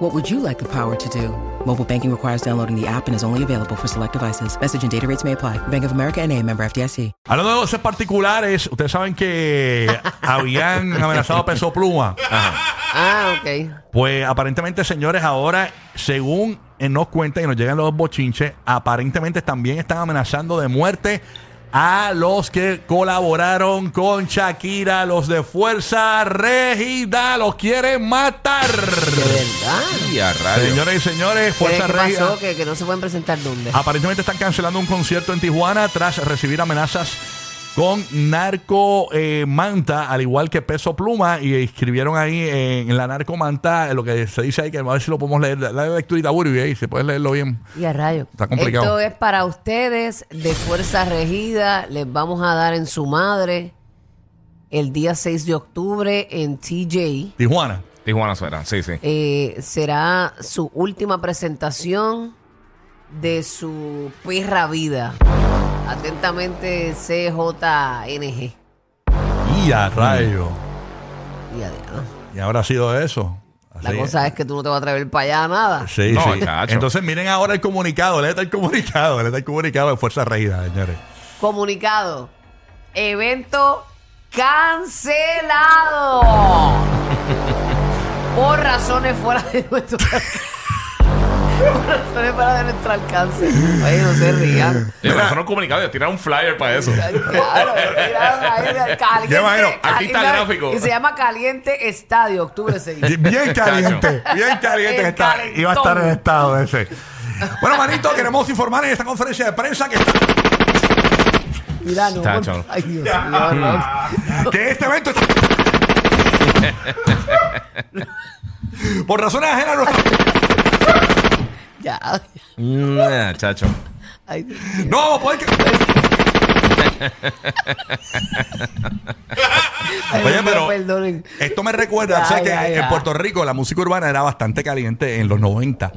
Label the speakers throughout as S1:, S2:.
S1: What would you like the power to do? Mobile banking requires downloading the app and is only available for select devices. Message and data rates may apply. Bank of America and a member FDIC.
S2: Hablando de voces particulares, ustedes saben que habían amenazado a Peso Pluma.
S3: Ah, ok.
S2: Pues aparentemente, señores, ahora, según eh, nos cuentan y nos llegan los bochinches, aparentemente también están amenazando de muerte a los que colaboraron con Shakira, los de Fuerza Regida, los quieren matar.
S3: De verdad.
S4: Y a rayos.
S2: Señores y señores,
S3: ¿Qué,
S2: Fuerza
S3: qué
S2: Regida.
S3: pasó? ¿Que, que no se pueden presentar dónde.
S2: Aparentemente están cancelando un concierto en Tijuana tras recibir amenazas con Narco eh, Manta, al igual que Peso Pluma, y escribieron ahí eh, en la Narco Manta eh, lo que se dice ahí, que a ver si lo podemos leer, la lectura Uri, ahí, si puedes leerlo bien.
S3: Y a rayo.
S2: Está complicado.
S3: Esto es para ustedes de Fuerza Regida. Les vamos a dar en su madre el día 6 de octubre en TJ.
S2: Tijuana.
S4: Tijuana suena, sí, sí.
S3: Eh, será su última presentación de su perra vida. Atentamente, CJNG.
S2: Y a rayo.
S3: Y adiós.
S2: Y ahora ha sido eso.
S3: La
S2: Así
S3: cosa es que tú no te vas a atrever para allá nada.
S2: Sí,
S4: No,
S2: sí.
S4: chacho.
S2: Entonces miren ahora el comunicado, le está el comunicado, le está el comunicado de Fuerza Regida, señores.
S3: Comunicado. Evento cancelado. Por razones fuera de nuestro alcance. Por razones fuera de nuestro alcance. Oye, no se rían.
S4: Oye, pero eso no es comunicado, tirar un flyer para eso.
S3: Claro, mira, ahí, caliente,
S2: Ya imagino, aquí
S3: caliente.
S4: está el gráfico.
S3: Y se llama Caliente Estadio, octubre 6.
S2: Bien caliente, bien caliente
S3: El
S2: que está.
S3: calentón.
S2: Iba a estar en estado ese. Bueno, manito, queremos informar en esta conferencia de prensa que,
S3: Mira, no.
S4: Chacho.
S3: Ay, Dios mío, no.
S2: que este evento está... Por razones ajenas a nuestra-
S3: Ya.
S4: Nah, chacho.
S3: Ay, Dios.
S2: No vamos a poder... que-
S3: Ay,
S2: Oye,
S3: no me
S2: pero
S3: perdonen.
S2: esto me recuerda,
S3: Ya,
S2: ¿sabes que
S3: ya,
S2: en
S3: ya.
S2: Puerto Rico la música urbana era bastante caliente en los 90?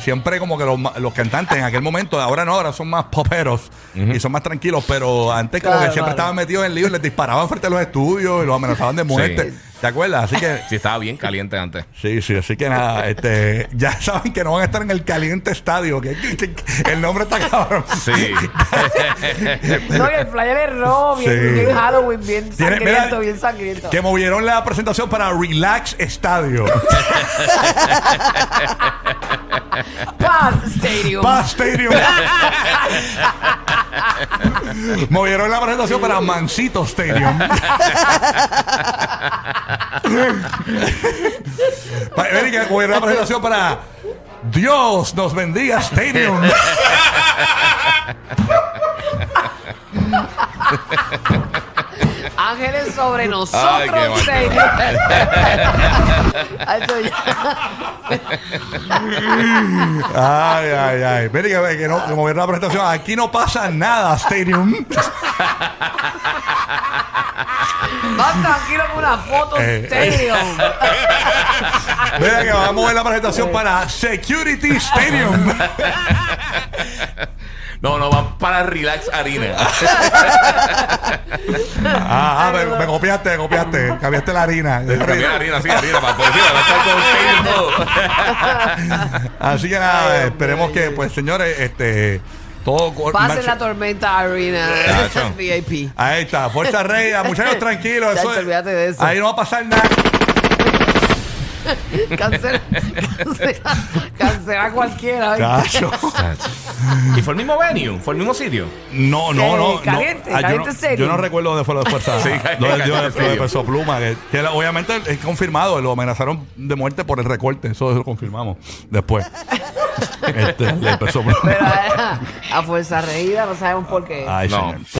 S2: Siempre como que los, ma- los cantantes en aquel momento, ahora no, ahora son más poperos y son más tranquilos, pero antes como
S3: Claro,
S2: que siempre
S3: claro.
S2: estaban metidos en líos, les disparaban frente a los estudios y los amenazaban de muerte. ¿Te acuerdas? Así que...
S4: Sí, estaba bien caliente antes.
S2: Sí, sí, así que nada, este, ya saben que no van a estar en el caliente estadio, que, que- que el nombre está cabrón.
S4: Sí.
S3: No, y el flyer es rojo, bien,
S2: Sí.
S3: bien Halloween, bien
S2: Tiene-
S3: sangriento,
S2: mira,
S3: bien sangriento.
S2: Que movieron la presentación para Relax Estadio.
S3: Paz Stadium.
S2: Paz Stadium. movieron la presentación para Mancito Stadium. Pa- Eric, que movieron la presentación para Dios nos bendiga Stadium.
S3: Ángeles sobre
S4: Ay, qué
S3: nosotros, Stadium. Ay, eso ya.
S2: Ay, ay, ay. Vení que, que no, que movieron la presentación. Aquí no pasa nada, Stadium.
S3: Más tranquilo que una foto,
S2: Eh,
S3: Stadium.
S2: Mira que vamos a mover la presentación para Security Stadium.
S4: No, no, van para Relax Arena.
S2: Ah, ah, me, me copiaste, me copiaste. Cambiaste la harina.
S4: También Arena, sí, Arena, para poder decir, va a estar con Stadium y todo.
S2: Así que nada, esperemos que, pues, señores, este, todo. co-
S3: Pasen la
S2: marche-
S3: tormenta, Arena. Eso es VIP.
S2: Ahí está, Fuerza Reina, muchachos, tranquilos.
S3: Chacho,
S2: eso es-
S3: olvídate de eso.
S2: Ahí no va a pasar nada.
S3: Cancela, cancela, cancela cualquiera. ¿viste?
S2: Chacho.
S4: Y fue el mismo venue, fue el mismo sitio.
S2: No, no,
S3: Eh,
S2: no. no.
S3: caliente,
S2: Ah, yo,
S3: caliente
S2: no
S3: serio.
S2: yo no recuerdo dónde fue lo de fuerza.
S4: Sí,
S2: lo de,
S4: caliente
S2: yo- lo de
S4: serio.
S2: Peso pluma. Que, que la- obviamente es confirmado, lo amenazaron de muerte por el recorte. Eso lo confirmamos después. este, el de peso pluma.
S3: Pero a, a eh, fuerza reída no sabemos por qué.
S2: Ay,
S4: No.
S2: señor.